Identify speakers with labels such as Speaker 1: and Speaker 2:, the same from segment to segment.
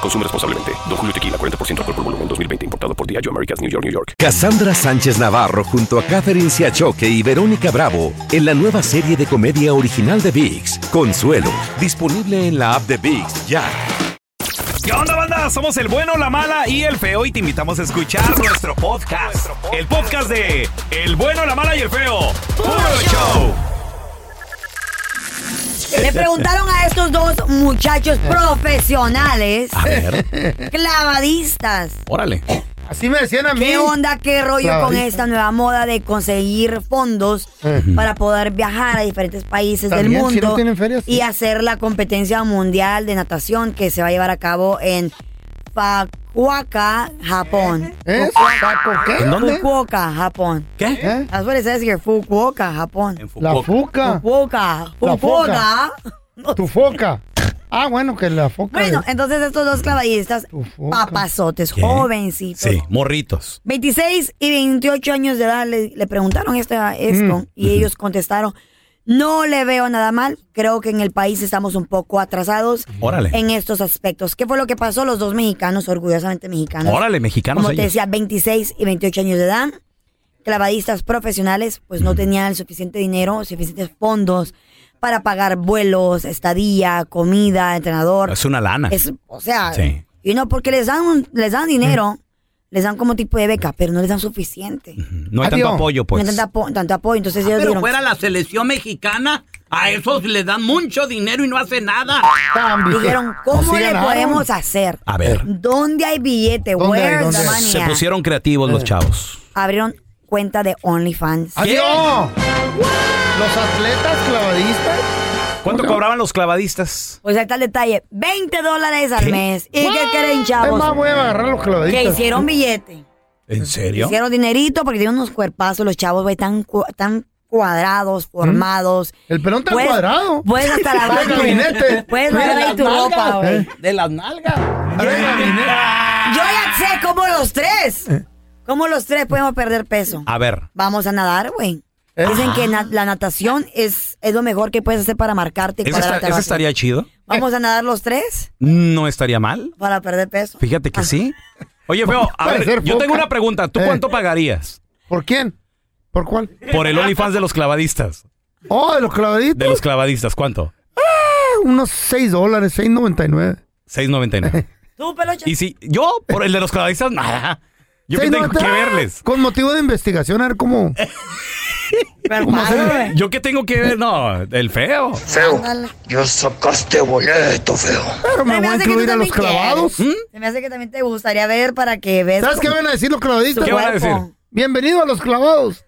Speaker 1: Consume responsablemente. Don Julio Tequila, 40% alcohol por volumen, 2020. Importado por Diageo Americas, New York, New York.
Speaker 2: Cassandra Sánchez Navarro junto a Catherine Siachoque y Verónica Bravo en la nueva serie de comedia original de VIX, Consuelo, disponible en la app de VIX ya.
Speaker 3: ¿Qué onda, banda? Somos el bueno, la mala y el feo y te invitamos a escuchar nuestro podcast. El podcast de El bueno, la mala y el feo. ¡Puro show!
Speaker 4: Le preguntaron a estos dos muchachos profesionales,
Speaker 5: Eh. A ver.
Speaker 4: clavadistas,
Speaker 5: Órale. Así me decían a mí.
Speaker 4: ¿qué onda, qué rollo con
Speaker 5: Clavadista.
Speaker 4: esta nueva moda de conseguir fondos
Speaker 5: Ujú.
Speaker 4: para poder viajar a diferentes países
Speaker 5: Está
Speaker 4: del
Speaker 5: bien, Eh. si
Speaker 4: mundo
Speaker 5: no tienen ferias, sí.
Speaker 4: y hacer la competencia mundial de natación que se va a llevar a cabo en Fukuoka, Japón.
Speaker 5: ¿Eh?
Speaker 6: pues, ah,
Speaker 5: ¿Fuku- qué? ¿En dónde?
Speaker 4: Fukuoka, Japón.
Speaker 5: ¿Qué? ¿Eh?
Speaker 4: That's what it says here, Fukuoka, Japón.
Speaker 5: La foca.
Speaker 4: Fukuoka.
Speaker 5: La
Speaker 4: Fukuoka.
Speaker 5: foca. Tu foca. Ah, bueno, que la foca.
Speaker 4: Bueno, entonces estos dos clavadistas, papazotes,
Speaker 5: ¿Qué?
Speaker 4: jovencitos,
Speaker 7: Sí, morritos.
Speaker 4: 26 y 28 años de edad, le, le preguntaron esta- esto
Speaker 7: Mm.
Speaker 4: y ellos contestaron, no le veo nada mal, creo que en el país estamos un poco atrasados
Speaker 7: Órale.
Speaker 4: en estos aspectos. ¿Qué fue lo que pasó? Los dos mexicanos, orgullosamente mexicanos.
Speaker 7: Órale, mexicanos
Speaker 4: Como te
Speaker 7: ellos.
Speaker 4: decía, 26 y 28 años de edad, clavadistas profesionales, pues no tenían el suficiente dinero, suficientes fondos para pagar vuelos, estadía, comida, entrenador.
Speaker 7: Es una lana.
Speaker 4: Es, o sea,
Speaker 7: Sí. Mm.
Speaker 4: y no, porque les dan, un- les dan dinero, les dan como tipo de beca, pero no les dan suficiente.
Speaker 7: No hay tanto apoyo, pues.
Speaker 4: No hay tanto, apo- tanto apoyo, entonces
Speaker 5: Ah,
Speaker 4: ellos
Speaker 8: Pero
Speaker 4: dijeron,
Speaker 8: fuera la selección mexicana, a esos le dan mucho dinero y no hace nada.
Speaker 4: dijeron, ¿cómo le podemos hacer?
Speaker 7: A
Speaker 5: "Eh,
Speaker 7: ver.
Speaker 4: ¿Dónde hay billete? Where's the money
Speaker 7: Se
Speaker 4: at?"
Speaker 7: pusieron creativos
Speaker 5: Eh.
Speaker 7: los chavos.
Speaker 4: Abrieron cuenta de OnlyFans.
Speaker 5: ¡Adiós! Los atletas clavadistas.
Speaker 7: ¿Cuánto cobraban los clavadistas?
Speaker 4: Pues ahí está el detalle, 20 dólares al
Speaker 7: ¿Qué?
Speaker 4: mes. ¿Y qué
Speaker 5: Wow.
Speaker 4: quieren, chavos?
Speaker 5: Es más, voy a agarrar los clavaditos.
Speaker 4: Que hicieron billete,
Speaker 7: ¿En serio?
Speaker 4: hicieron dinerito porque tienen unos cuerpazos, los chavos, güey, tan, cu- tan cuadrados, formados.
Speaker 5: ¿Mm? El pelón está cuadrado.
Speaker 4: Puedes hasta lavar
Speaker 5: Saca
Speaker 4: tu-
Speaker 5: gabinete.
Speaker 4: Puedes
Speaker 5: Mira
Speaker 4: lavar ahí
Speaker 5: las
Speaker 4: tu
Speaker 5: nalgas.
Speaker 4: ropa, güey.
Speaker 5: ¿Eh?
Speaker 8: De las nalgas.
Speaker 4: Yo ya sé cómo los tres. Cómo los
Speaker 5: Eh.
Speaker 4: tres podemos perder peso.
Speaker 7: A ver.
Speaker 4: Vamos a nadar, güey.
Speaker 7: ¿Eh?
Speaker 4: Dicen que na- la natación es, es lo mejor que puedes hacer para marcarte y
Speaker 7: ¿Eso, está-
Speaker 4: cuadrarte.
Speaker 7: eso
Speaker 4: abajo.
Speaker 7: estaría chido?
Speaker 4: Vamos a nadar los tres
Speaker 7: ¿No estaría mal?
Speaker 4: para perder peso.
Speaker 7: Fíjate que sí. Oye, feo, a
Speaker 5: Puede
Speaker 7: ver,
Speaker 5: ser
Speaker 7: yo
Speaker 5: foca.
Speaker 7: tengo una pregunta. ¿Tú
Speaker 5: Eh.
Speaker 7: cuánto pagarías
Speaker 5: ¿Por quién? ¿Por cuál?
Speaker 7: por el OnlyFans de los clavadistas?
Speaker 5: Oh, de los clavaditos.
Speaker 7: De los clavadistas, ¿cuánto?
Speaker 5: Eh, unos 6 dólares, 6.99.
Speaker 7: 6.99.
Speaker 4: Tú, pelocha.
Speaker 7: Y si yo, por el de los clavadistas, nada. Yo que tengo que
Speaker 5: 6.99.
Speaker 7: verles.
Speaker 5: Con motivo de investigación, a ver cómo. ¿Cómo hacer-
Speaker 7: Yo que tengo que ver, no, el feo.
Speaker 9: Feo, yo sacaste boleto, feo.
Speaker 5: Pero me
Speaker 4: Se
Speaker 5: voy a
Speaker 4: hace que tú
Speaker 5: incluir a los
Speaker 4: también
Speaker 5: clavados.
Speaker 4: quieres. Se me hace que también te gustaría ver para que veas.
Speaker 5: ¿Sabes qué van a decir los clavadistas?
Speaker 4: Su cuerpo.
Speaker 5: Bienvenido a los clavados.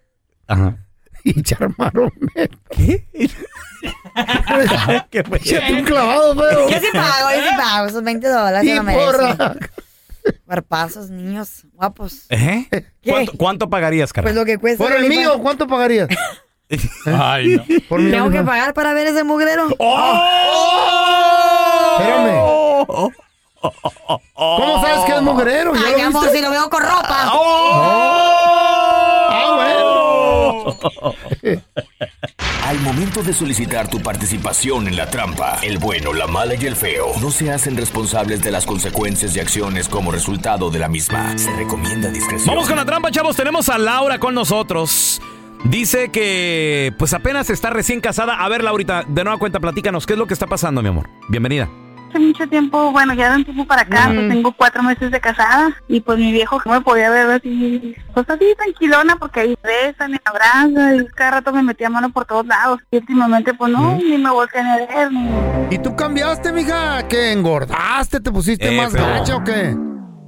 Speaker 7: Ajá.
Speaker 5: Y ya armaron.
Speaker 7: ¿Qué? ¿Qué
Speaker 5: Échate un clavado, feo.
Speaker 4: Yo sí pago, yo sí pago. Esos 20 dólares se
Speaker 5: Y
Speaker 4: lo merecen.
Speaker 5: porra.
Speaker 4: Cuerpazos, niños, guapos.
Speaker 7: ¿Eh? ¿Cuánto, cuánto pagarías,
Speaker 4: Pues
Speaker 7: carnal?
Speaker 4: lo que cuesta.
Speaker 5: Por el mío, ¿cuánto pagarías?
Speaker 7: Ay, no.
Speaker 5: Por mí,
Speaker 4: Tengo que
Speaker 5: no.
Speaker 4: pagar para ver ese mugrero. Ah.
Speaker 5: Espérame. ¿Cómo sabes que es mugrero? ¿Ya
Speaker 4: Ay,
Speaker 5: lo
Speaker 4: mi amor,
Speaker 5: viste?
Speaker 4: si lo veo con ropa.
Speaker 5: Ah,
Speaker 10: Al momento de solicitar tu participación en la trampa, el bueno, la mala y el feo no se hacen responsables de las consecuencias y acciones como resultado de la misma. Se recomienda discreción.
Speaker 7: Vamos con la trampa, chavos. Tenemos a Laura con nosotros. Dice que pues apenas está recién casada. A ver, Laurita, de nueva cuenta, platícanos. ¿Qué es lo que está pasando, mi amor? Bienvenida.
Speaker 11: hace mucho tiempo, bueno, ya de un tiempo para acá,
Speaker 5: Mm.
Speaker 11: pues, tengo cuatro meses de casada y pues mi viejo no me podía ver así, pues así tranquilona porque ahí besa, me abraza y cada rato me metía mano por todos lados y últimamente pues no, ni me voltean a ver. Ni...
Speaker 5: Mm. ¿Y tú cambiaste, mija? ¿Que Ah, engordaste? ¿Te pusiste
Speaker 11: Eh,
Speaker 5: más
Speaker 11: pero-
Speaker 5: gacha o qué?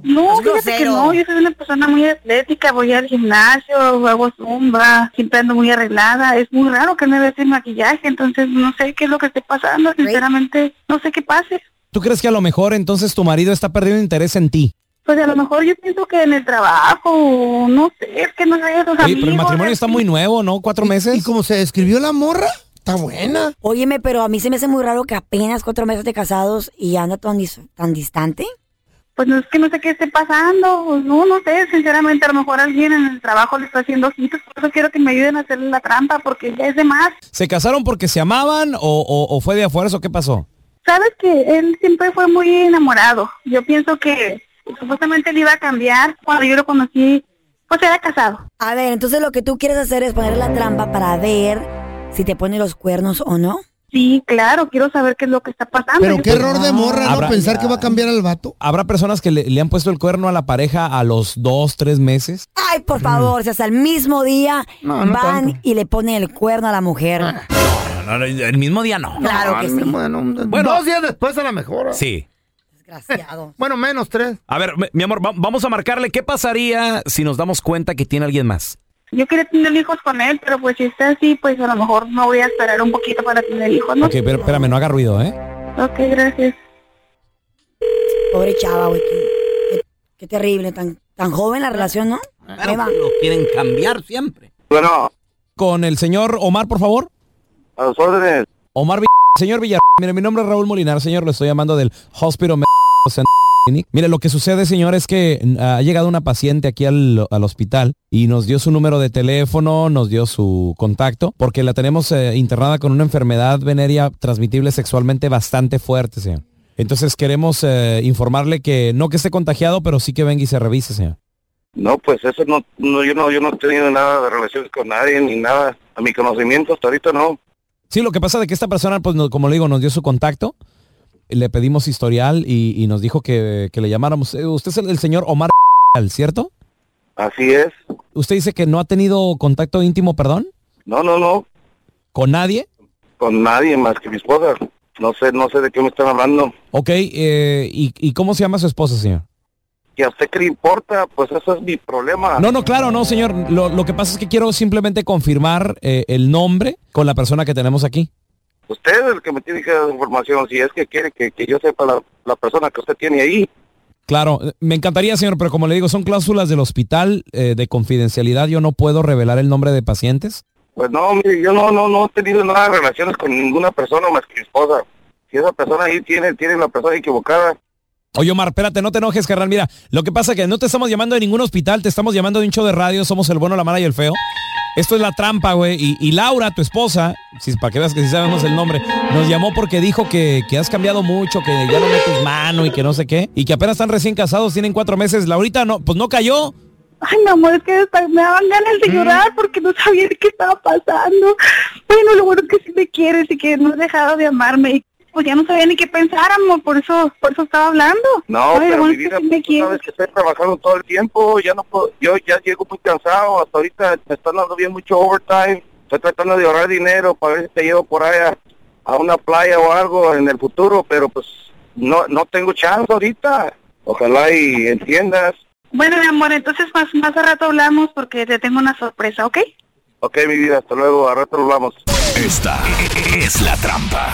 Speaker 11: No,
Speaker 5: Es
Speaker 11: fíjate que
Speaker 5: grosero.
Speaker 11: no, yo soy una persona muy atlética, voy al gimnasio, hago zumba, siempre ando muy arreglada, es muy raro que me veas sin maquillaje, entonces no sé qué es lo que esté pasando, sinceramente, no sé qué pase.
Speaker 7: ¿Tú crees que a lo mejor entonces tu marido está perdiendo interés en ti?
Speaker 11: Pues a lo mejor yo pienso que en el trabajo, no sé, es que no sé, los
Speaker 7: Oye, pero el
Speaker 11: amigos.
Speaker 7: matrimonio está muy nuevo, ¿no? Cuatro meses. ¿Y
Speaker 5: cómo se describió la morra? Está buena.
Speaker 4: Óyeme, pero a mí se me hace muy raro que apenas cuatro meses de casados y ya anda tan, dis- tan distante.
Speaker 11: Pues no es que no sé qué esté pasando, pues, no, no sé, sinceramente a lo mejor alguien en el trabajo le está haciendo ojitos, por eso quiero que me ayuden a hacerle la trampa, porque ya es de más.
Speaker 7: ¿Se casaron porque se amaban o, o- o fue de afuerzo? ¿Qué pasó?
Speaker 11: Sabes que él siempre fue muy enamorado. Yo pienso que supuestamente él iba a cambiar cuando yo lo conocí. Pues era casado.
Speaker 4: A ver, entonces lo que tú quieres hacer es poner la trampa para ver si te pone los cuernos o no.
Speaker 11: Sí, claro, quiero saber qué es lo que está pasando. Pero qué error de morra,
Speaker 7: Habrá-
Speaker 5: que va a cambiar al vato?
Speaker 7: ¿Habrá personas que le, le han puesto el cuerno a la pareja a los dos, tres meses?
Speaker 4: Ay, por favor, si hasta el mismo día
Speaker 7: No, Ah. no
Speaker 4: van y le ponen el cuerno a la mujer.
Speaker 12: No, no, el mismo día no.
Speaker 4: Claro que sí.
Speaker 5: Dos días después a la mejor.
Speaker 12: Sí.
Speaker 4: Desgraciado.
Speaker 5: bueno, menos tres.
Speaker 12: A ver, me- mi amor, va- vamos a marcarle qué pasaría si nos damos cuenta que tiene alguien más.
Speaker 11: Yo quería tener hijos con él, pero pues si está así, pues a lo mejor me voy a esperar un poquito para tener hijos, ¿no?
Speaker 7: Ok, pero espérame, no haga ruido, ¿eh?
Speaker 11: Ok, gracias.
Speaker 4: Pobre chava, güey. Qué, qué- qué terrible. Tan, tan joven la relación, ¿no? Ahí va.
Speaker 13: Lo quieren cambiar siempre.
Speaker 7: Bueno. Con el señor Omar, por favor.
Speaker 6: A los órdenes.
Speaker 7: Omar Vill- Señor Villar, mire, mi nombre es Raúl Molinar, señor, le estoy llamando del Hospital Med- Center Clinic. Mire, lo que sucede, señor, es que mm, ha llegado una paciente aquí al, al hospital y nos dio su número de teléfono, nos dio su contacto, porque la tenemos eh, internada con una enfermedad venérea transmitible sexualmente bastante fuerte, señor. Entonces queremos eh, informarle que no que esté contagiado, pero sí que venga y se revise, señor.
Speaker 6: No, pues eso no, no, yo no, yo no he tenido nada de relaciones con nadie ni nada. A mi conocimiento hasta ahorita no.
Speaker 7: Sí, lo que pasa de que esta persona, pues no- como le digo, nos dio su contacto, le pedimos historial y, y nos dijo que, que le llamáramos. Eh, Usted es el, el señor Omar, ¿cierto?
Speaker 6: Así es.
Speaker 7: Usted dice que no ha tenido contacto íntimo, perdón,
Speaker 6: No, no, no,
Speaker 7: con nadie.
Speaker 6: con nadie más que mi esposa. No sé, no sé de qué me están hablando.
Speaker 7: Ok, eh, y, ¿y cómo se llama su esposa, señor?
Speaker 6: ¿Y a usted qué le importa? Pues eso es mi problema.
Speaker 7: No, no, claro, no, señor. Lo, lo que pasa es que quiero simplemente confirmar eh, el nombre con la persona que tenemos aquí.
Speaker 6: Usted es el que me tiene que dar información. Si es que quiere que, que yo sepa la, la persona que usted tiene ahí.
Speaker 7: Claro, eh, me encantaría, señor, pero como le digo, son cláusulas del hospital eh, de confidencialidad. Yo no puedo revelar el nombre de pacientes.
Speaker 6: Pues no, mire, yo no, no, no he tenido nada de relaciones con ninguna persona más que mi esposa. Si esa persona ahí tiene, tiene la persona equivocada.
Speaker 7: Oye, Omar, espérate, no te enojes, carnal. Mira, lo que pasa es que no te estamos llamando de ningún hospital, te estamos llamando de un show de radio, somos el bueno, la mala y el feo. Esto es la trampa, güey. Y, y Laura, tu esposa, si, para que veas que sí sabemos el nombre, nos llamó porque dijo que, que has cambiado mucho, que ya no metes mano y que no sé qué. Y que apenas están recién casados, tienen cuatro meses. Laurita, no, pues no cayó.
Speaker 11: Ay, mi amor, es que hasta me daban ganas
Speaker 6: Mm.
Speaker 11: de llorar porque no sabía qué estaba pasando. Bueno, lo bueno que sí me quieres y que no has dejado de amarme. Y pues ya no sabía ni qué pensar, amor, por eso, por eso estaba hablando.
Speaker 6: No,
Speaker 11: Ay, lo
Speaker 6: pero
Speaker 11: bueno
Speaker 6: mi
Speaker 11: es que
Speaker 6: vida, pues,
Speaker 11: sí me
Speaker 6: tú sabes que estoy trabajando todo el tiempo, ya no puedo, yo ya llego muy cansado, hasta ahorita me están dando bien mucho overtime, estoy tratando de ahorrar dinero para ver si te llevo por allá a una playa o algo en el futuro, pero pues no, no tengo chance ahorita, ojalá y entiendas.
Speaker 11: Bueno, mi amor, entonces más, más a rato hablamos porque te tengo una sorpresa, ¿ok?
Speaker 6: Ok, mi vida, hasta luego, a rato hablamos.
Speaker 14: Esta es la trampa.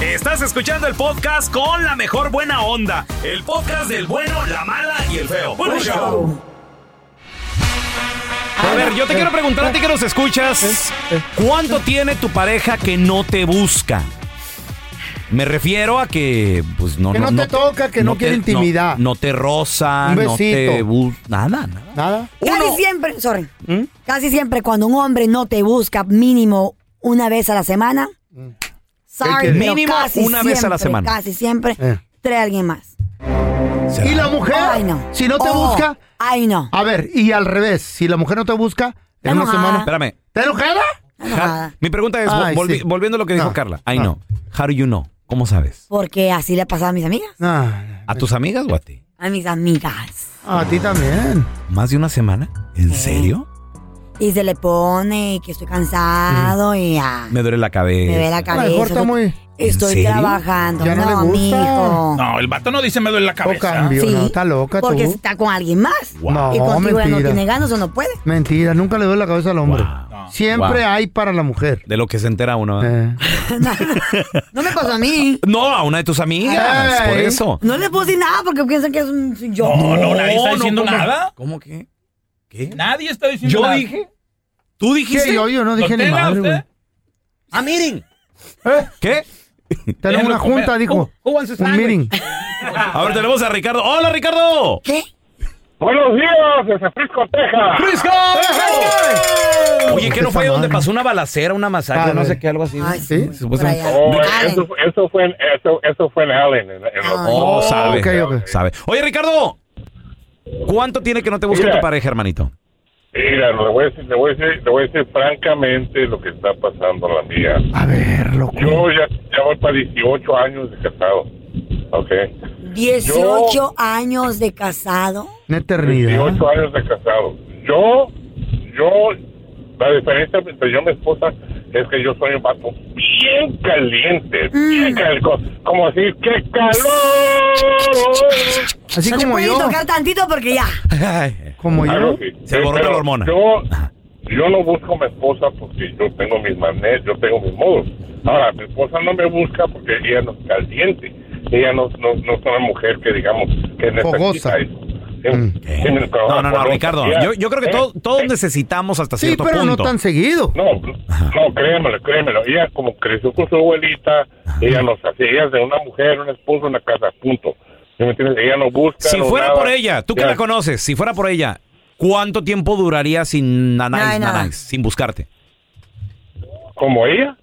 Speaker 3: Estás escuchando el podcast con la mejor buena onda. El podcast del bueno, la mala y el feo. Bueno, show.
Speaker 7: A ver, yo te quiero preguntar a ti que nos escuchas, ¿cuánto tiene tu pareja que no te busca? Me refiero a que, pues no,
Speaker 5: Que no te toca, que no quiere
Speaker 7: te-
Speaker 5: intimidad.
Speaker 7: No, no te roza,
Speaker 5: Un
Speaker 7: no te
Speaker 5: besito.
Speaker 7: bu- nada, nada.
Speaker 5: Nada.
Speaker 4: Casi siempre, sorry,
Speaker 7: ¿Mm?
Speaker 4: casi siempre cuando un hombre no te busca mínimo una vez a la semana, sorry,
Speaker 7: Mm. ¿Qué quiere?
Speaker 4: pero
Speaker 7: Mínimo
Speaker 4: casi
Speaker 7: una vez a la
Speaker 4: siempre,
Speaker 7: semana.
Speaker 4: Casi siempre
Speaker 7: Eh.
Speaker 4: trae a alguien más.
Speaker 5: ¿Y la mujer?
Speaker 4: Ay, no.
Speaker 5: Si no te
Speaker 4: Oh,
Speaker 5: busca.
Speaker 4: Ay, no.
Speaker 5: A ver, y al revés, si la mujer no te busca, en una
Speaker 7: Enojada.
Speaker 5: semana.
Speaker 7: Espérame.
Speaker 5: ¿Te enojada?
Speaker 7: Ja- Mi pregunta es, vo-
Speaker 5: Ay,
Speaker 7: volvi-
Speaker 5: sí.
Speaker 7: volviendo a lo que dijo Carla, I
Speaker 3: Ah.
Speaker 7: know. How do you know? ¿Cómo sabes?
Speaker 4: Porque así le pasaba a mis amigas.
Speaker 7: Ah. ¿A tus amigas o a ti?
Speaker 4: A mis amigas.
Speaker 5: Ah, A ti también.
Speaker 7: ¿Más de una semana? ¿En serio?
Speaker 4: Y se le pone y que estoy cansado y ya.
Speaker 7: Me duele la
Speaker 4: Me ve
Speaker 7: cabeza.
Speaker 4: la cabeza.
Speaker 5: Mm. mejor está
Speaker 4: estoy-
Speaker 5: muy-
Speaker 4: Estoy
Speaker 7: ¿En serio?
Speaker 4: trabajando.
Speaker 5: Ya no le gusta.
Speaker 4: mijo.
Speaker 5: No,
Speaker 3: el vato no dice me duele la
Speaker 5: cabeza. Oh, cambio, no, está loca tú.
Speaker 4: Porque está con alguien más.
Speaker 5: No,
Speaker 4: y contigo ya no
Speaker 5: mentira.
Speaker 4: tiene ganas o no puede.
Speaker 5: Mentira, nunca le doy la cabeza al hombre. Siempre
Speaker 7: Wow.
Speaker 5: hay para la mujer.
Speaker 7: De lo que se entera uno. ¿verdad?
Speaker 4: Eh. No me pasó a mí.
Speaker 7: No, a una de tus amigas, pues, por
Speaker 4: Ey.
Speaker 7: eso.
Speaker 4: No le puedo decir nada porque piensan que es un soy yo.
Speaker 7: ¿cómo?
Speaker 8: ¿Cómo que?
Speaker 7: ¿Qué?
Speaker 8: Nadie está diciendo
Speaker 7: ¿Yo
Speaker 8: nada.
Speaker 7: dije? ¿Tú dijiste?
Speaker 5: Sí, yo- yo no dije ni
Speaker 8: ¿Tela
Speaker 5: madre,
Speaker 8: usted?
Speaker 5: güey.
Speaker 7: ¡Ah, miren! ¿Qué?
Speaker 5: Tenemos una junta, dijo. Un meeting.
Speaker 7: Ahora tenemos a Ricardo. ¡Hola, Ricardo!
Speaker 4: ¿Qué?
Speaker 15: Buenos días, desde Frisco, Texas.
Speaker 7: ¡Frisco! Oye, ¿qué no fue donde pasó una balacera, una masacre,
Speaker 15: Ah,
Speaker 7: no sé
Speaker 15: dale.
Speaker 7: qué, algo así? Mm,
Speaker 4: Ay,
Speaker 7: sí.
Speaker 15: Oh, eso, eso fue en, eso, eso fue en Allen. En, en los-
Speaker 7: Oh, sabe,
Speaker 15: ok, ok.
Speaker 7: sabe. Oye, Ricardo, ¿cuánto tiene que no te busque
Speaker 15: Mira.
Speaker 7: tu pareja, hermanito?
Speaker 15: Mira, le voy, a decir, le, voy a decir, le voy a decir francamente lo que está pasando a la mía.
Speaker 5: A ver, loco.
Speaker 15: Yo ya, ya voy para 18 años de casado. ¿Ok?
Speaker 4: 18 años de casado.
Speaker 5: Una eternidad.
Speaker 15: 18 años de casado. Yo, yo, la diferencia entre yo y mi esposa es que yo soy un vato bien caliente, bien cal- co- como decir, ¡qué calor!
Speaker 5: Así
Speaker 4: no te
Speaker 5: como
Speaker 4: puedes
Speaker 5: yo.
Speaker 4: tocar tantito porque ya.
Speaker 5: Como
Speaker 15: Algo
Speaker 5: yo.
Speaker 15: así.
Speaker 7: Se
Speaker 15: Eh,
Speaker 7: alborota
Speaker 15: pero
Speaker 7: la hormona.
Speaker 15: Yo, yo no busco a mi esposa porque yo tengo mis maneras, yo tengo mis modos. Ahora, mi esposa no me busca porque ella no es caliente. Ella no, no, no es una mujer que, digamos, que necesita
Speaker 7: Fogosa.
Speaker 15: eso.
Speaker 5: Mm.
Speaker 15: Sí, sí, me-
Speaker 7: Eh. No, no, no,
Speaker 15: fogosa.
Speaker 7: Ricardo.
Speaker 15: Ya,
Speaker 7: Yo, yo creo que
Speaker 15: eh,
Speaker 7: todo- todos necesitamos hasta
Speaker 15: Sí,
Speaker 7: cierto
Speaker 15: pero no
Speaker 7: punto.
Speaker 15: tan
Speaker 5: seguido.
Speaker 15: No, no, créemelo, créemelo. Ella como creció con su abuelita, ella nos hacía, ella es de una mujer, un esposo, una casa, punto. ¿Sí me entiendes? Ella no busca.
Speaker 7: Si
Speaker 15: no
Speaker 7: fuera
Speaker 15: nada.
Speaker 7: por ella, tú que
Speaker 15: Ya.
Speaker 7: la conoces, si fuera por ella, ¿cuánto tiempo duraría sin
Speaker 4: Nada,
Speaker 7: nanáis,
Speaker 4: nada.
Speaker 7: nanáis, sin buscarte?
Speaker 15: ¿Como ella?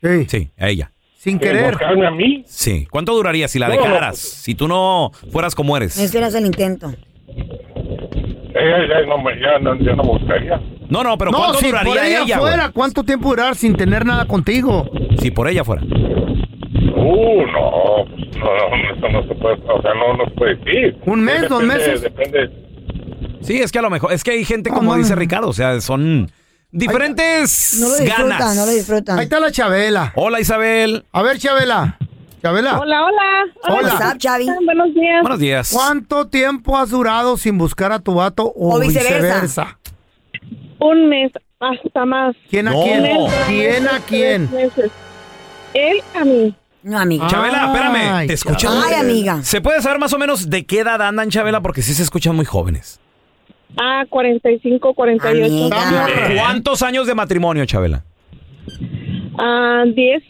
Speaker 5: Sí.
Speaker 7: a ella.
Speaker 5: Sin
Speaker 15: querer. buscarme a mí?
Speaker 7: Sí. ¿Cuánto duraría si la
Speaker 15: No,
Speaker 7: dejaras? Si tú no fueras como
Speaker 4: No
Speaker 7: eres.
Speaker 4: hicieras el intento.
Speaker 15: Ella ya no, me- ya no, ya no me buscaría.
Speaker 7: No, no, pero
Speaker 5: No,
Speaker 7: ¿cuánto
Speaker 5: si por
Speaker 7: duraría
Speaker 5: ella,
Speaker 7: ella, güey?
Speaker 5: fuera, ¿cuánto tiempo durar sin tener nada contigo?
Speaker 7: Si por ella fuera.
Speaker 15: Uh, no, pues, no, no, eso no se puede, o sea, no nos puede decir.
Speaker 7: ¿Un mes,
Speaker 15: Depende-
Speaker 7: dos meses?
Speaker 15: Depende.
Speaker 7: Sí, es que a lo mejor, es que hay gente, como dice Ricardo, o sea, son diferentes
Speaker 4: No lo disfrutan,
Speaker 7: ganas.
Speaker 4: no lo disfrutan.
Speaker 5: Ahí está la Chabela.
Speaker 7: Hola, Isabel.
Speaker 5: A ver, Chabela. Chabela.
Speaker 16: Hola, hola.
Speaker 5: Hola.
Speaker 4: What's up, Chavi?
Speaker 16: Buenos días.
Speaker 7: Buenos días.
Speaker 5: ¿Cuánto tiempo has durado sin buscar a tu vato o,
Speaker 16: O viceversa.
Speaker 5: viceversa?
Speaker 16: Un mes, hasta más.
Speaker 5: ¿Quién a
Speaker 16: Un
Speaker 5: quién?
Speaker 16: mes, dos
Speaker 5: ¿Quién
Speaker 16: meses,
Speaker 5: a quién?
Speaker 16: tres meses. Él a mí.
Speaker 4: No, amiga.
Speaker 7: Chabela, espérame, te escuchas.
Speaker 4: Ay, amiga.
Speaker 7: ¿Se puede saber más o menos de qué edad andan, Chabela? Porque sí se escuchan muy jóvenes.
Speaker 16: A 45, 48.
Speaker 7: ¿Cuántos años de matrimonio, Chabela?
Speaker 16: A 10.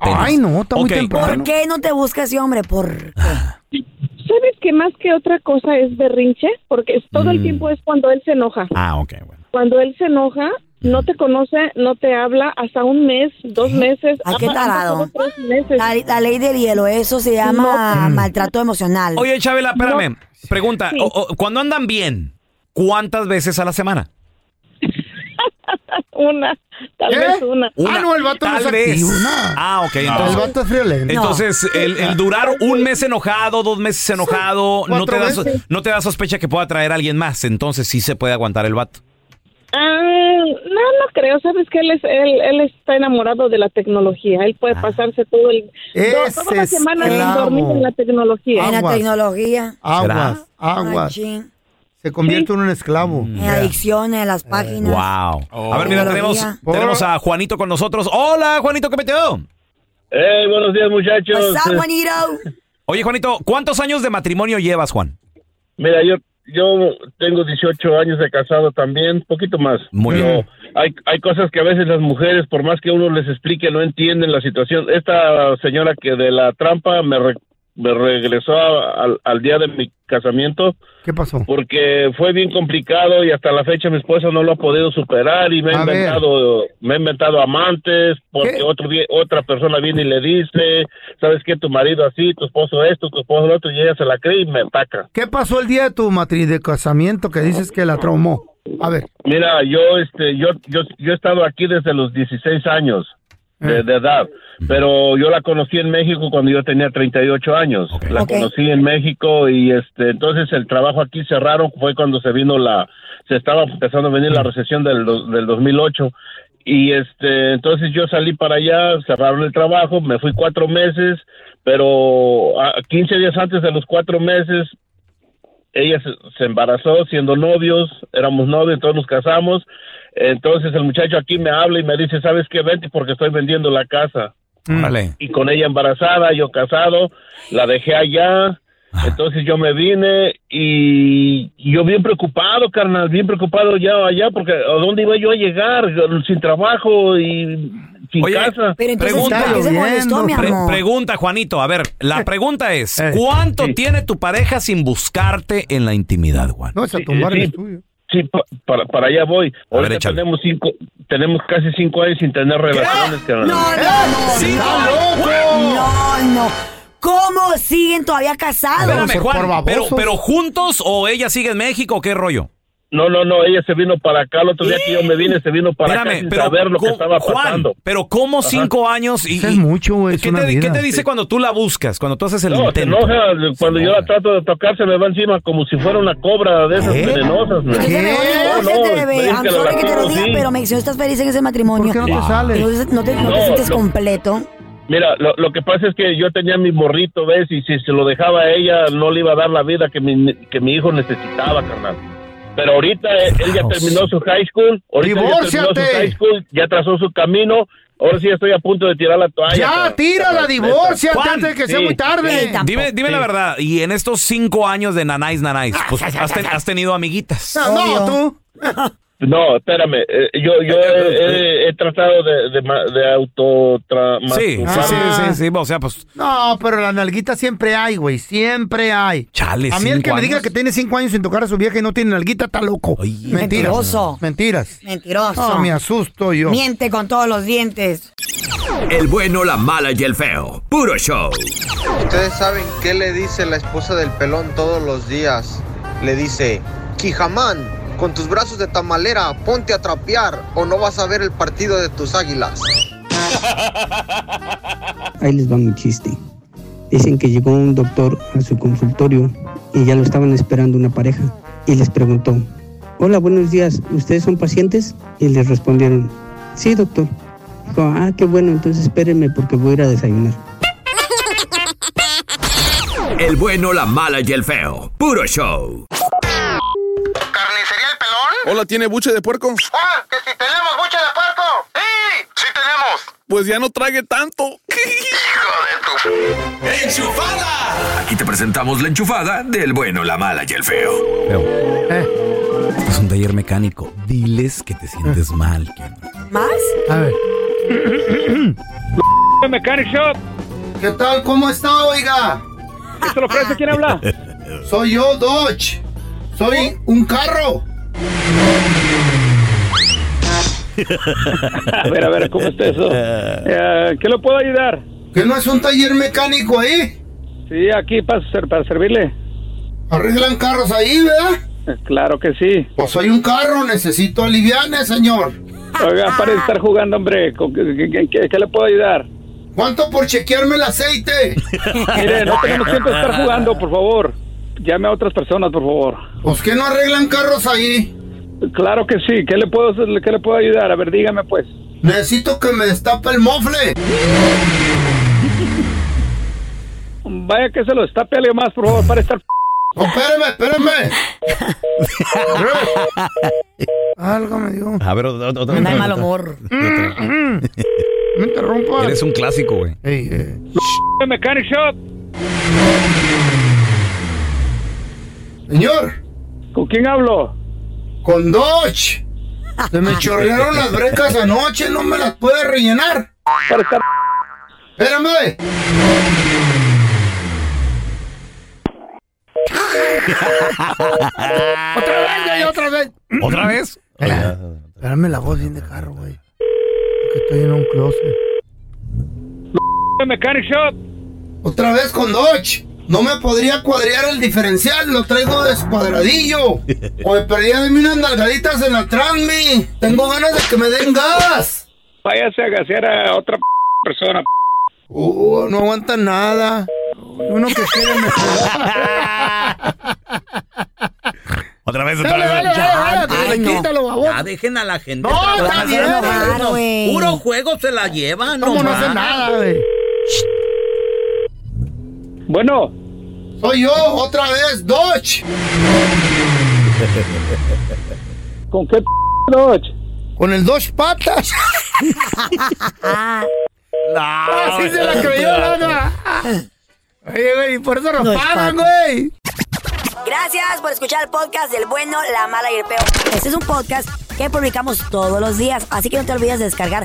Speaker 5: Ay, no, está muy temprano.
Speaker 4: ¿Por qué no te busca ese hombre? ¿Por
Speaker 16: ¿Sabes que más que otra cosa es berrinche? Porque es- todo el
Speaker 7: Mm.
Speaker 16: tiempo es cuando él se enoja.
Speaker 7: Ah, ok, bueno.
Speaker 16: Cuando él se enoja, no te conoce, no te habla hasta un mes, dos meses.
Speaker 4: ¿A qué
Speaker 16: ha- han
Speaker 4: tarado?
Speaker 16: pasado tres meses.
Speaker 4: la, la ley del hielo? Eso se llama maltrato emocional.
Speaker 7: Oye, Chabela, espérame. Pregunta,
Speaker 4: Sí.
Speaker 7: o- o, ¿cuándo andan bien? ¿Cuántas veces a la semana?
Speaker 16: Una, tal
Speaker 5: ¿Qué?
Speaker 16: vez una.
Speaker 5: Ah, no, el vato no
Speaker 7: Tal
Speaker 5: es
Speaker 7: vez.
Speaker 5: activo, nada.
Speaker 7: Ah, ok,
Speaker 5: El
Speaker 7: entonces.
Speaker 5: vato es friolento.
Speaker 7: Entonces, el, el durar un mes enojado, dos meses enojado, no te,
Speaker 5: Cuatro
Speaker 7: da, so-
Speaker 5: veces.
Speaker 7: no te da sospecha que pueda traer a alguien más. Entonces, sí se puede aguantar el vato.
Speaker 16: Ah, no, no creo. Sabes que él, es, él, él está enamorado de la tecnología. Él puede pasarse todo el, do- toda la
Speaker 5: Ese
Speaker 16: semana
Speaker 5: es clavo.
Speaker 16: dormido en la tecnología.
Speaker 4: Ah,
Speaker 5: En la Aguas.
Speaker 4: tecnología.
Speaker 5: Aguas, aguas.
Speaker 4: Machín.
Speaker 5: Se convierte uno en esclavo.
Speaker 4: En adicciones, las páginas.
Speaker 7: Wow.
Speaker 4: Oh.
Speaker 7: A ver, mira, tenemos,
Speaker 4: Tecnología.
Speaker 7: tenemos a Juanito con nosotros. Hola, Juanito, ¿qué peteo?
Speaker 17: Hey, buenos días, muchachos. Pues,
Speaker 4: What's up, Juanito?
Speaker 7: Oye, Juanito, ¿cuántos años de matrimonio llevas, Juan?
Speaker 17: Mira, yo yo tengo 18 años de casado también, poquito más.
Speaker 7: Muy
Speaker 17: Pero Hay, hay cosas que a veces las mujeres, por más que uno les explique, no entienden la situación. Esta señora que de la trampa me, re- me regresó a- al, al día de mi casamiento.
Speaker 5: ¿Qué pasó?
Speaker 17: Porque fue bien complicado y hasta la fecha mi esposa no lo ha podido superar y me ha
Speaker 5: A ver.
Speaker 17: inventado, me ha inventado amantes porque otro día- otra persona viene y le dice, sabes que tu marido así, tu esposo esto, tu esposo lo otro y ella se la cree y me ataca.
Speaker 5: ¿Qué pasó el día de tu matri de casamiento que dices que la traumó? A ver,
Speaker 17: Mira, yo este yo yo yo he estado aquí desde los 16 años de, de edad, pero yo la conocí en México cuando yo tenía 38 años. La
Speaker 18: Ok.
Speaker 17: conocí en México y este entonces el trabajo aquí cerraron fue cuando se vino la se estaba empezando a venir la recesión del do- del 2008 y este entonces yo salí para allá, cerraron el trabajo, me fui cuatro meses, pero a- 15 días antes de los cuatro meses ella se, se embarazó siendo novios, éramos novios, entonces nos casamos. Entonces el muchacho aquí me habla y me dice, ¿sabes qué? Vente porque estoy vendiendo la casa.
Speaker 5: Mm.
Speaker 7: Órale.
Speaker 17: Y con ella embarazada, yo casado, la dejé allá. Entonces yo me vine y y yo bien preocupado, carnal, bien preocupado ya allá porque ¿a dónde iba yo a llegar? Yo Sin trabajo y sin casa.
Speaker 7: Pre- pregunta, Juanito. A ver,
Speaker 5: Eh.
Speaker 7: la pregunta es: ¿cuánto tiene tu pareja sin buscarte en la intimidad, Juan?
Speaker 5: no es a
Speaker 17: Sí,
Speaker 5: tumbar el
Speaker 17: sí.
Speaker 5: estudio.
Speaker 17: Sí, pa- para, para allá voy. Ahorita
Speaker 7: échale.
Speaker 17: tenemos cinco, tenemos casi cinco años sin tener relaciones, carnal.
Speaker 4: No, no, no.
Speaker 17: ¡Sí,
Speaker 4: no, no, no. ¿Cómo siguen todavía casados?
Speaker 7: Espérame, Juan, pero, pero juntos o ella sigue en México o qué rollo?
Speaker 17: No, no, no, ella se vino para acá el otro día que yo me vine, se vino para acá
Speaker 7: Espérame,
Speaker 17: sin
Speaker 7: pero
Speaker 17: saber lo que
Speaker 7: ¿cómo-
Speaker 17: estaba
Speaker 7: Juan,
Speaker 17: pasando.
Speaker 7: pero ¿cómo
Speaker 17: Ajá.
Speaker 7: cinco años? Y,
Speaker 17: Eso es
Speaker 7: y-
Speaker 5: mucho, güey, es
Speaker 7: ¿qué,
Speaker 5: una
Speaker 7: te, qué
Speaker 5: vida.
Speaker 7: te dice cuando tú la buscas? Cuando tú haces el
Speaker 17: No, se
Speaker 7: intento.
Speaker 17: enoja, cuando yo la trato de tocar se me va encima como si fuera una cobra de esas venenosas. me-
Speaker 4: Entonces me voy a divorciar,
Speaker 17: No, no,
Speaker 4: bebé.
Speaker 17: me dice
Speaker 4: I'm
Speaker 17: la
Speaker 4: sorry que te lo
Speaker 17: latido,
Speaker 4: diga,
Speaker 17: sí.
Speaker 4: pero me, si no estás feliz en ese matrimonio.
Speaker 17: qué no te
Speaker 4: Wow.
Speaker 17: sales?
Speaker 4: No, te- no te, no te
Speaker 17: No,
Speaker 4: sientes
Speaker 17: lo-
Speaker 4: completo.
Speaker 17: Mira, lo, lo que pasa es que yo tenía mi morrito, ¿ves? Y si se lo dejaba a ella, no le iba a dar la vida que mi, que mi hijo necesitaba, carnal. Pero ahorita eh, él ya terminó su high school. Ahorita ya terminó su
Speaker 5: ¡Divórciate!
Speaker 17: high school, ya trazó su camino. Ahora sí estoy a punto de tirar la toalla.
Speaker 5: Ya,
Speaker 17: carnal.
Speaker 5: tírala,
Speaker 17: Neta.
Speaker 5: divórciate antes de que sea
Speaker 17: Sí.
Speaker 5: muy tarde.
Speaker 7: Dime, dime la verdad, y en estos cinco años de nanáis, nanáis,
Speaker 5: Ah,
Speaker 7: pues has, ten- has tenido amiguitas.
Speaker 5: No, tú.
Speaker 17: No, espérame. eh, yo yo he, he- he tratado de, de, ma- de auto... tra-
Speaker 7: Sí, sí, sí, sí, sí, o sea, pues
Speaker 5: Ah. No, pero la nalguita siempre hay, güey. Siempre hay.
Speaker 7: Chale,
Speaker 5: A mí el
Speaker 7: cinco
Speaker 5: que me diga
Speaker 7: años.
Speaker 5: que tiene cinco años sin tocar a su vieja y no tiene nalguita está loco. Mentiras.
Speaker 4: Mentiroso.
Speaker 5: Mentiras.
Speaker 4: Mentiroso.
Speaker 5: No, me asusto yo.
Speaker 4: Miente con todos los dientes.
Speaker 10: El bueno, la mala y el feo. Puro show.
Speaker 19: Ustedes saben qué le dice la esposa del pelón todos los días. Le dice, Quijamán, con tus brazos de tamalera, ponte a trapear o no vas a ver el partido de tus águilas.
Speaker 20: Ahí les va mi chiste. Dicen que llegó un doctor a su consultorio y ya lo estaban esperando una pareja y les preguntó, hola, buenos días, ¿ustedes son pacientes? Y les respondieron, sí, doctor. Dijo, ah, qué bueno, entonces espérenme porque voy a ir a desayunar.
Speaker 10: El bueno, la mala y el feo. Puro show.
Speaker 21: Hola, ¿tiene buche de puerco?
Speaker 9: ¡Ah! ¡Que si tenemos buche de puerco! ¡Sí! ¡Sí tenemos!
Speaker 21: Pues ya no trague tanto.
Speaker 9: ¡Hijo de tu... ¡Enchufada!
Speaker 10: Aquí te presentamos la enchufada del bueno, la mala y el feo.
Speaker 5: Eh.
Speaker 7: este es un taller mecánico. Diles que te sientes mal.
Speaker 4: ¿Más?
Speaker 5: Ah. A ver.
Speaker 22: Mechanic Shop.
Speaker 5: ¿Qué tal? ¿Cómo está, oiga?
Speaker 22: ¿Qué se lo ofrece? ¿Quién habla?
Speaker 5: Soy yo, Dodge. Soy un carro.
Speaker 22: A ver, a ver, ¿cómo está eso? Eh, ¿Qué lo puedo ayudar?
Speaker 5: ¿Que no es un taller mecánico ahí?
Speaker 22: Sí, aquí para, ser- para servirle.
Speaker 5: Arreglan carros ahí, ¿verdad?
Speaker 22: Eh, Claro que sí.
Speaker 5: Pues soy un carro, necesito aliviane, señor.
Speaker 22: Oiga, para de estar jugando, hombre. ¿Con ¿Qué, qué- qué- qué le puedo ayudar?
Speaker 5: ¿Cuánto por chequearme el aceite?
Speaker 22: Mire, no tenemos tiempo de estar jugando, por favor. Llame a otras personas, por favor.
Speaker 5: Pues que no arreglan carros ahí.
Speaker 22: Claro que sí. ¿Qué le puedo, hacer- qué le puedo ayudar? A ver, dígame pues.
Speaker 5: Necesito que me destape el mofle.
Speaker 22: Vaya que se lo destape alguien más, por favor, para estar...
Speaker 5: Oh, espérame, espérame. Algo me dio.
Speaker 7: A ver, otra. otra- otra-
Speaker 5: Anda de
Speaker 7: otra-
Speaker 5: mal humor.
Speaker 22: Mm.
Speaker 7: otra-
Speaker 5: No interrumpas. eh.
Speaker 7: Eres un clásico, güey.
Speaker 22: Mechanic Shop.
Speaker 5: Señor.
Speaker 22: ¿Con quién hablo?
Speaker 5: Con Dodge. Se me chorrearon las brecas anoche, no me las puede rellenar.
Speaker 22: Para estar...
Speaker 5: Espérame. otra vez, güey, otra vez.
Speaker 7: ¿Otra vez?
Speaker 5: Espérame la voz bien de carro, güey. Que estoy en un closet.
Speaker 22: Mechanic Shop.
Speaker 5: Otra vez con Dodge. No me podría cuadrear el diferencial, lo traigo descuadradillo. O me perdía de mí unas nalgaditas en la Transmi. Tengo ganas de que me den gas.
Speaker 22: Váyase a gasear a otra p- persona.
Speaker 5: Uh, no aguanta nada. Uno que quiere mejorar.
Speaker 7: Otra vez,
Speaker 5: otra vez.
Speaker 7: Dale,
Speaker 5: dale,
Speaker 8: Ay,
Speaker 5: dale,
Speaker 8: no.
Speaker 5: quítalo, babón.
Speaker 8: Ya dejen a la gente.
Speaker 5: No, está
Speaker 8: trabajar.
Speaker 5: bien, claro, güey.
Speaker 8: Puro juego se la llevan.
Speaker 5: ¿Cómo no
Speaker 8: nomás.
Speaker 5: hace nada, güey?
Speaker 22: Bueno.
Speaker 5: Soy yo, otra vez, Dodge.
Speaker 22: ¿Con qué p- Dodge?
Speaker 5: Con el Dodge Patas.
Speaker 17: Ah,
Speaker 5: Así se la creyó, Lana. Oye, güey, y por eso nos
Speaker 4: Dodge
Speaker 5: pagan,
Speaker 4: Patas.
Speaker 5: güey.
Speaker 4: Gracias por escuchar el podcast del bueno, la mala y el peor. Este es un podcast que publicamos todos los días, así que no te olvides de descargar